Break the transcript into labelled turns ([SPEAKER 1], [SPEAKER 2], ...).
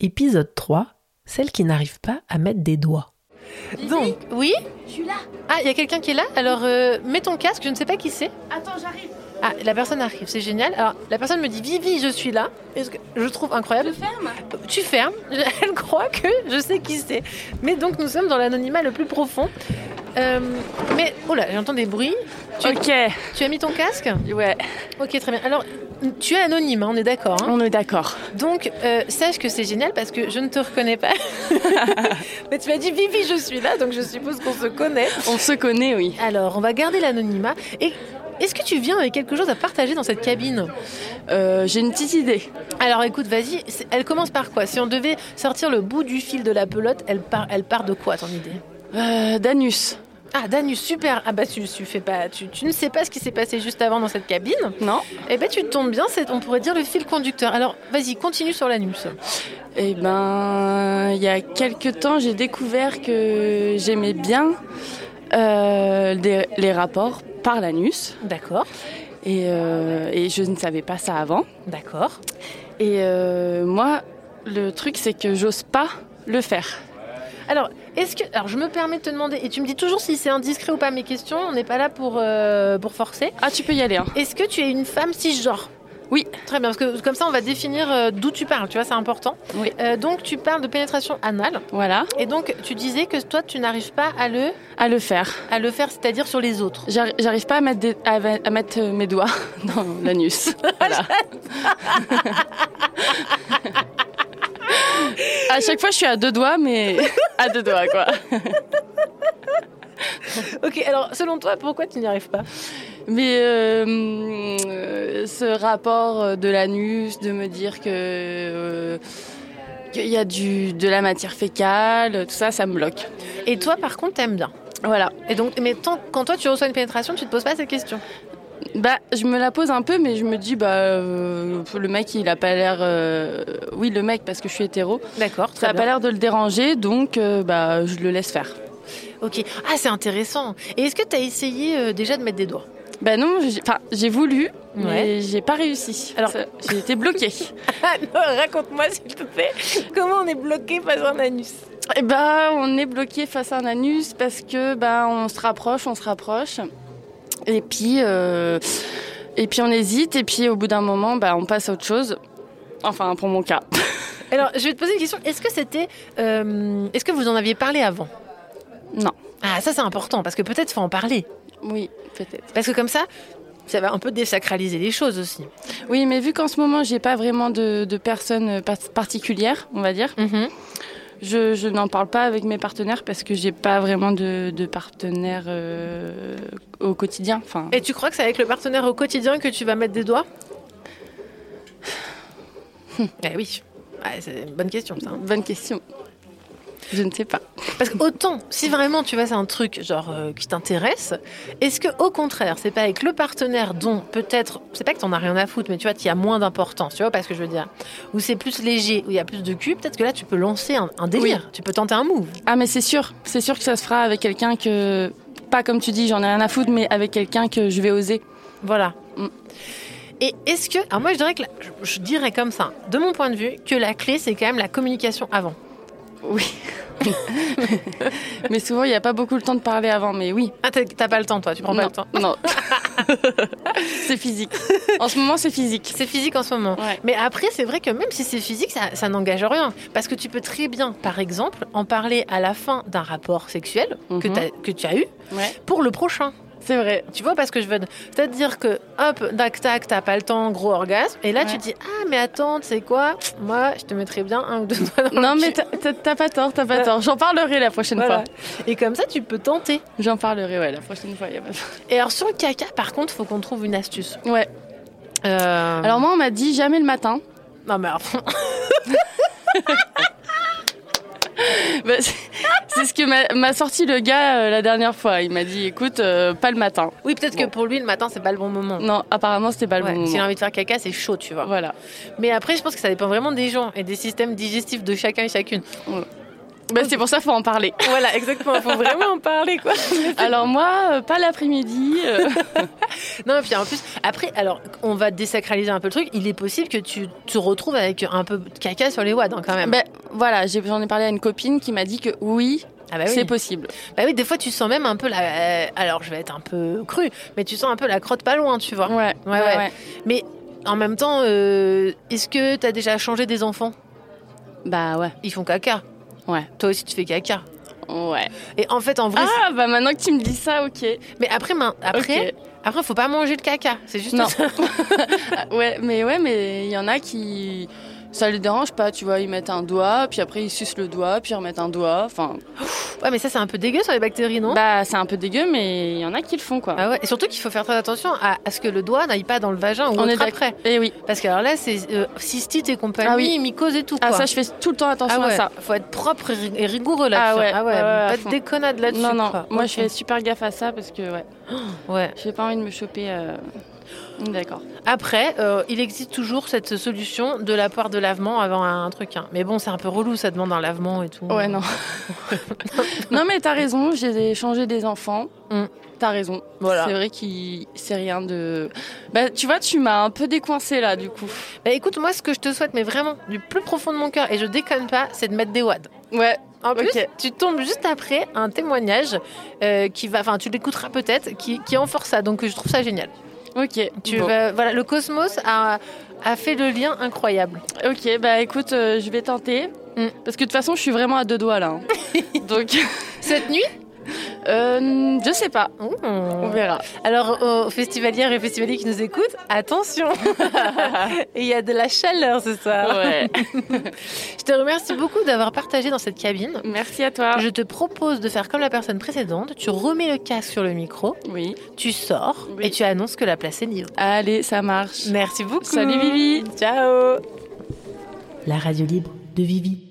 [SPEAKER 1] Épisode 3, celle qui n'arrive pas à mettre des doigts.
[SPEAKER 2] Donc, oui
[SPEAKER 3] Je suis là.
[SPEAKER 2] Ah, il y a quelqu'un qui est là Alors, euh, mets ton casque, je ne sais pas qui c'est.
[SPEAKER 3] Attends, j'arrive.
[SPEAKER 2] Ah, la personne arrive, c'est génial. Alors, la personne me dit Vivi, je suis là. Et ce que je trouve
[SPEAKER 3] Je
[SPEAKER 2] incroyable.
[SPEAKER 3] ferme.
[SPEAKER 2] Tu fermes, elle croit que je sais qui c'est. Mais donc, nous sommes dans l'anonymat le plus profond. Euh, mais, oh là, j'entends des bruits. Tu,
[SPEAKER 4] Ok, Hein
[SPEAKER 2] tu as mis ton casque
[SPEAKER 4] ouais,
[SPEAKER 2] Ok, très bien. Alors, tu es anonyme, hein, on est d'accord. hein.
[SPEAKER 4] on est d'accord.
[SPEAKER 2] Donc, euh, sache que c'est génial parce que je ne te reconnais pas. mais tu m'as dit Vivi, je suis là, donc je suppose qu'on se connaît.
[SPEAKER 4] On se connaît, oui.
[SPEAKER 2] Alors, on va garder l'anonymat. Et est-ce que tu viens avec quelque chose à partager dans cette cabine
[SPEAKER 4] Euh, J'ai une petite idée.
[SPEAKER 2] Alors, écoute, vas-y. c'est- Elle commence par quoi Si on devait sortir le bout du fil de la pelote, elle part, elle part de quoi, ton idée
[SPEAKER 4] Euh, Danus,
[SPEAKER 2] Ah, Danus, super. Ah bah, tu, tu fais pas, tu, tu ne sais pas ce qui s'est passé juste avant dans cette cabine.
[SPEAKER 4] non
[SPEAKER 2] Eh ben, tu tombes bien. C'est, on pourrait dire le fil conducteur. Alors, vas-y, continue sur l'anus.
[SPEAKER 4] Eh ben, il y a quelque temps, j'ai découvert que j'aimais bien euh, des- les rapports par l'anus.
[SPEAKER 2] D'accord,
[SPEAKER 4] Et, euh, et je ne savais pas ça avant.
[SPEAKER 2] d'accord.
[SPEAKER 4] Et euh, moi, le truc, c'est que j'ose pas le faire.
[SPEAKER 2] Alors, est-ce que, alors, je me permets de te demander, et tu me dis toujours si c'est indiscret ou pas mes questions. On n'est pas là pour euh, pour forcer.
[SPEAKER 4] Ah, tu peux y aller, hein
[SPEAKER 2] Est-ce que tu es une femme cisgenre
[SPEAKER 4] Oui.
[SPEAKER 2] Très bien, parce que comme ça, on va définir euh, d'où tu parles, tu vois, c'est important.
[SPEAKER 4] Oui.
[SPEAKER 2] Euh, donc, tu parles de pénétration anale,
[SPEAKER 4] Voilà,
[SPEAKER 2] et donc, tu disais que toi, tu n'arrives pas à le,
[SPEAKER 4] à le faire.
[SPEAKER 2] à le faire, c'est-à-dire sur les autres.
[SPEAKER 4] J'arri- J'arrive pas à mettre, des- à, à mettre euh, mes doigts dans l'anus. Voilà. à chaque fois, je suis à deux doigts, mais à deux doigts, quoi.
[SPEAKER 2] Ok, alors, selon toi, pourquoi tu n'y arrives pas
[SPEAKER 4] Mais euh, euh, ce rapport euh, de l'anus, de me dire que euh, qu'il y a du, de la matière fécale, tout ça, ça me bloque.
[SPEAKER 2] Et toi, par contre, t'aimes bien.
[SPEAKER 4] Voilà.
[SPEAKER 2] Et donc, mais tant- quand toi, tu reçois une pénétration, tu te poses pas ces questions.
[SPEAKER 4] Bah, je me la pose un peu, mais je me dis, bah, euh, le mec, il a pas l'air. euh, oui, le mec, parce que je suis hétéro.
[SPEAKER 2] D'accord, très
[SPEAKER 4] Ça n'a
[SPEAKER 2] bien.
[SPEAKER 4] pas l'air de le déranger, donc euh, bah, je le laisse faire.
[SPEAKER 2] Ok. Ah, c'est intéressant. Et est-ce que tu as essayé euh, déjà de mettre des doigts
[SPEAKER 4] Bah non, j'ai enfin, j'ai voulu,
[SPEAKER 2] Ouais.
[SPEAKER 4] mais j'ai pas réussi.
[SPEAKER 2] Alors-
[SPEAKER 4] Alors, j'ai été bloquée.
[SPEAKER 2] Raconte-moi, s'il te plaît, comment on est bloqué face à un anus
[SPEAKER 4] Et bah, on est bloqué face à un anus parce que bah, on se rapproche, on se rapproche, et puis euh, et puis on hésite, et puis au bout d'un moment, bah, on passe à autre chose. Enfin, pour mon cas.
[SPEAKER 2] Alors, je vais te poser une question. Est-ce que c'était. euh, Est-ce que vous en aviez parlé avant
[SPEAKER 4] Non.
[SPEAKER 2] Ah, ça, c'est important, parce que peut-être faut en parler.
[SPEAKER 4] Oui, peut-être.
[SPEAKER 2] Parce que comme ça, ça va un peu désacraliser les choses aussi.
[SPEAKER 4] Oui, mais vu qu'en ce moment, j'ai pas vraiment de, de personne par- particulière, on va dire.
[SPEAKER 2] Mhm.
[SPEAKER 4] Je, je n'en parle pas avec mes partenaires parce que j'ai pas vraiment de, de partenaire euh, au quotidien. Enfin,
[SPEAKER 2] Et tu crois que c'est avec le partenaire au quotidien que tu vas mettre des doigts Eh oui. Ouais, c'est une bonne question, ça. hein.
[SPEAKER 4] bonne question. Je ne sais pas.
[SPEAKER 2] Parce que autant, si vraiment tu vois, c'est un truc genre euh, qui t'intéresse, est-ce que au contraire, c'est pas avec le partenaire dont peut-être, c'est pas que t'en as rien à foutre, mais tu vois, t'y as moins d'importance, tu vois, parce que je veux dire, où c'est plus léger, où il y a plus de cul, peut-être que là tu peux lancer un, un délire, tu peux tenter un move.
[SPEAKER 4] Ah, mais c'est sûr, c'est sûr que ça se fera avec quelqu'un que pas comme tu dis, j'en ai rien à foutre, mais avec quelqu'un que je vais oser.
[SPEAKER 2] Voilà.
[SPEAKER 4] Mm.
[SPEAKER 2] Et est-ce que, alors moi je dirais que, la- je, je dirais comme ça, de mon point de vue, que la clé c'est quand même la communication avant.
[SPEAKER 4] Oui. mais souvent, il n'y a pas beaucoup le temps de parler avant, mais oui.
[SPEAKER 2] Ah t'as- t'as pas le temps toi, tu prends pas
[SPEAKER 4] Non,
[SPEAKER 2] le temps.
[SPEAKER 4] Non. c'est physique. En ce moment, c'est physique.
[SPEAKER 2] C'est physique en ce moment.
[SPEAKER 4] Ouais.
[SPEAKER 2] Mais après, c'est vrai que même si c'est physique, ça, ça n'engage rien. Parce que tu peux très bien, par exemple, en parler à la fin d'un rapport sexuel que,
[SPEAKER 4] Mhm.
[SPEAKER 2] t'as- que tu as eu
[SPEAKER 4] Ouais.
[SPEAKER 2] pour le prochain.
[SPEAKER 4] C'est vrai.
[SPEAKER 2] Tu vois, parce que je veux. C'est-à-dire que, hop, dac tac, t'as pas le temps, gros orgasme. Et là, tu
[SPEAKER 4] Ouais.
[SPEAKER 2] dis, ah, mais attends, tu sais quoi Moi, je te mettrais bien un ou deux doigts dans
[SPEAKER 4] Non,
[SPEAKER 2] le
[SPEAKER 4] mais
[SPEAKER 2] cul.
[SPEAKER 4] t'as- t'as t'as pas tort, t'as pas tort. J'en parlerai la prochaine
[SPEAKER 2] Voilà.
[SPEAKER 4] fois.
[SPEAKER 2] Et comme ça, tu peux tenter.
[SPEAKER 4] J'en parlerai, ouais, la prochaine fois. y a pas de-
[SPEAKER 2] Et alors, sur le caca, par contre, faut qu'on trouve une astuce.
[SPEAKER 4] Ouais.
[SPEAKER 2] Euh,
[SPEAKER 4] Alors moi, on m'a dit jamais le matin.
[SPEAKER 2] non, mais alors,
[SPEAKER 4] Bah, c'est c'est ce que m'a- m'a sorti le gars euh, la dernière fois. Il m'a dit, écoute, euh, pas le matin.
[SPEAKER 2] oui, peut-être que pour lui, le matin, c'est pas le bon moment.
[SPEAKER 4] Non, apparemment, c'était pas le
[SPEAKER 2] Ouais,
[SPEAKER 4] bon
[SPEAKER 2] S'il a
[SPEAKER 4] moment.
[SPEAKER 2] envie de faire caca, c'est chaud, tu vois.
[SPEAKER 4] Voilà.
[SPEAKER 2] Mais après, je pense que ça dépend vraiment des gens et des systèmes digestifs de chacun et chacune.
[SPEAKER 4] Ouais. Bah, c'est pour ça qu'il faut en parler.
[SPEAKER 2] Voilà, exactement. Il faut
[SPEAKER 4] Ah
[SPEAKER 2] vraiment en parler, quoi.
[SPEAKER 4] Alors moi, euh, pas l'après-midi. euh,
[SPEAKER 2] Non, et puis en plus, après, alors, on va désacraliser un peu le truc. Il est possible que tu te retrouves avec un peu de caca sur les wads, hein, quand même.
[SPEAKER 4] ben, voilà, j'ai- j'en ai parlé à une copine qui m'a dit que oui,
[SPEAKER 2] ah bah
[SPEAKER 4] c'est possible.
[SPEAKER 2] Bah oui, des fois, tu sens même un peu la. euh, Alors, je vais être un peu cru, mais tu sens un peu la crotte pas loin, tu vois.
[SPEAKER 4] Ouais,
[SPEAKER 2] Ouais, ouais. Mais en même temps, euh, est-ce que t'as déjà changé des enfants
[SPEAKER 4] Bah ouais,
[SPEAKER 2] Ils font caca.
[SPEAKER 4] Ouais.
[SPEAKER 2] Toi aussi, tu fais caca.
[SPEAKER 4] ouais.
[SPEAKER 2] Et en fait, en vrai.
[SPEAKER 4] Ah bah maintenant que tu me dis ça, ok.
[SPEAKER 2] c'est- Mais après, main- après,
[SPEAKER 4] ok.
[SPEAKER 2] après, faut pas manger le caca. C'est juste
[SPEAKER 4] Non.
[SPEAKER 2] ça.
[SPEAKER 4] Ah, ouais, mais ouais, mais il y en a qui ça les dérange pas, tu vois, ils mettent un doigt, puis après ils sucent le doigt, puis ils remettent un doigt. Enfin,
[SPEAKER 2] Ouais, mais ça, c'est un peu dégueu sur les bactéries, non
[SPEAKER 4] bah c'est un peu dégueu, mais il y en a qui le font quoi.
[SPEAKER 2] Ah ouais. Et surtout qu'il faut faire très attention à, à ce que le doigt n'aille pas dans le vagin ou
[SPEAKER 4] On est
[SPEAKER 2] autre
[SPEAKER 4] d'ac-
[SPEAKER 2] après.
[SPEAKER 4] Et eh oui.
[SPEAKER 2] Parce que alors là, c'est euh, cystite et compagnie,
[SPEAKER 4] Ah oui.
[SPEAKER 2] mycose et tout.
[SPEAKER 4] Ah
[SPEAKER 2] quoi.
[SPEAKER 4] ça, je fais tout le temps attention
[SPEAKER 2] ah ouais.
[SPEAKER 4] à ça.
[SPEAKER 2] Faut être propre et ri- et rigoureux là-dessus.
[SPEAKER 4] Ah ouais,
[SPEAKER 2] Ah ouais,
[SPEAKER 4] ouais, ouais, à
[SPEAKER 2] pas
[SPEAKER 4] fond.
[SPEAKER 2] de déconnade là-dessus.
[SPEAKER 4] Non, non,
[SPEAKER 2] quoi.
[SPEAKER 4] moi
[SPEAKER 2] Ok.
[SPEAKER 4] je fais super gaffe à ça parce que ouais,
[SPEAKER 2] Ouais.
[SPEAKER 4] j'ai pas envie de me choper. euh, D'accord.
[SPEAKER 2] Après, euh, il existe toujours cette solution de la poire de lavement avant un truc. hein. Mais bon, c'est un peu relou, ça demande un lavement et tout.
[SPEAKER 4] Ouais, non. non, mais t'as raison, j'ai changé des enfants.
[SPEAKER 2] Mm.
[SPEAKER 4] T'as raison.
[SPEAKER 2] Voilà.
[SPEAKER 4] C'est vrai qu'il. C'est rien de. Bah, tu vois, tu m'as un peu décoincé là, du coup.
[SPEAKER 2] Bah écoute, moi, ce que je te souhaite, mais vraiment, du plus profond de mon cœur, et je déconne pas, c'est de mettre des wads.
[SPEAKER 4] Ouais.
[SPEAKER 2] En plus,
[SPEAKER 4] Ok.
[SPEAKER 2] tu tombes juste après un témoignage euh, qui va, enfin, tu l'écouteras peut-être, qui, qui renforce ça. Donc, je trouve ça génial.
[SPEAKER 4] Ok.
[SPEAKER 2] Tu
[SPEAKER 4] Bon.
[SPEAKER 2] vas- voilà, le cosmos a, a fait le lien incroyable.
[SPEAKER 4] Ok, bah écoute, euh, je vais tenter.
[SPEAKER 2] Mm.
[SPEAKER 4] Parce que de toute façon, je suis vraiment à deux doigts là. hein. Donc,
[SPEAKER 2] Cette nuit,
[SPEAKER 4] euh, je sais pas. On verra.
[SPEAKER 2] alors aux festivalières et festivaliers qui nous écoutent, attention, il y a de la chaleur ce soir.
[SPEAKER 4] Ouais.
[SPEAKER 2] Je te remercie beaucoup d'avoir partagé dans cette cabine.
[SPEAKER 4] Merci à toi.
[SPEAKER 2] Je te propose de faire comme la personne précédente, tu remets le casque sur le micro,
[SPEAKER 4] Oui.
[SPEAKER 2] tu sors
[SPEAKER 4] Oui.
[SPEAKER 2] et tu annonces que la place est libre.
[SPEAKER 4] Allez, ça marche.
[SPEAKER 2] Merci beaucoup.
[SPEAKER 4] Salut, Vivi.
[SPEAKER 2] Ciao.
[SPEAKER 1] La radio libre de Vivi.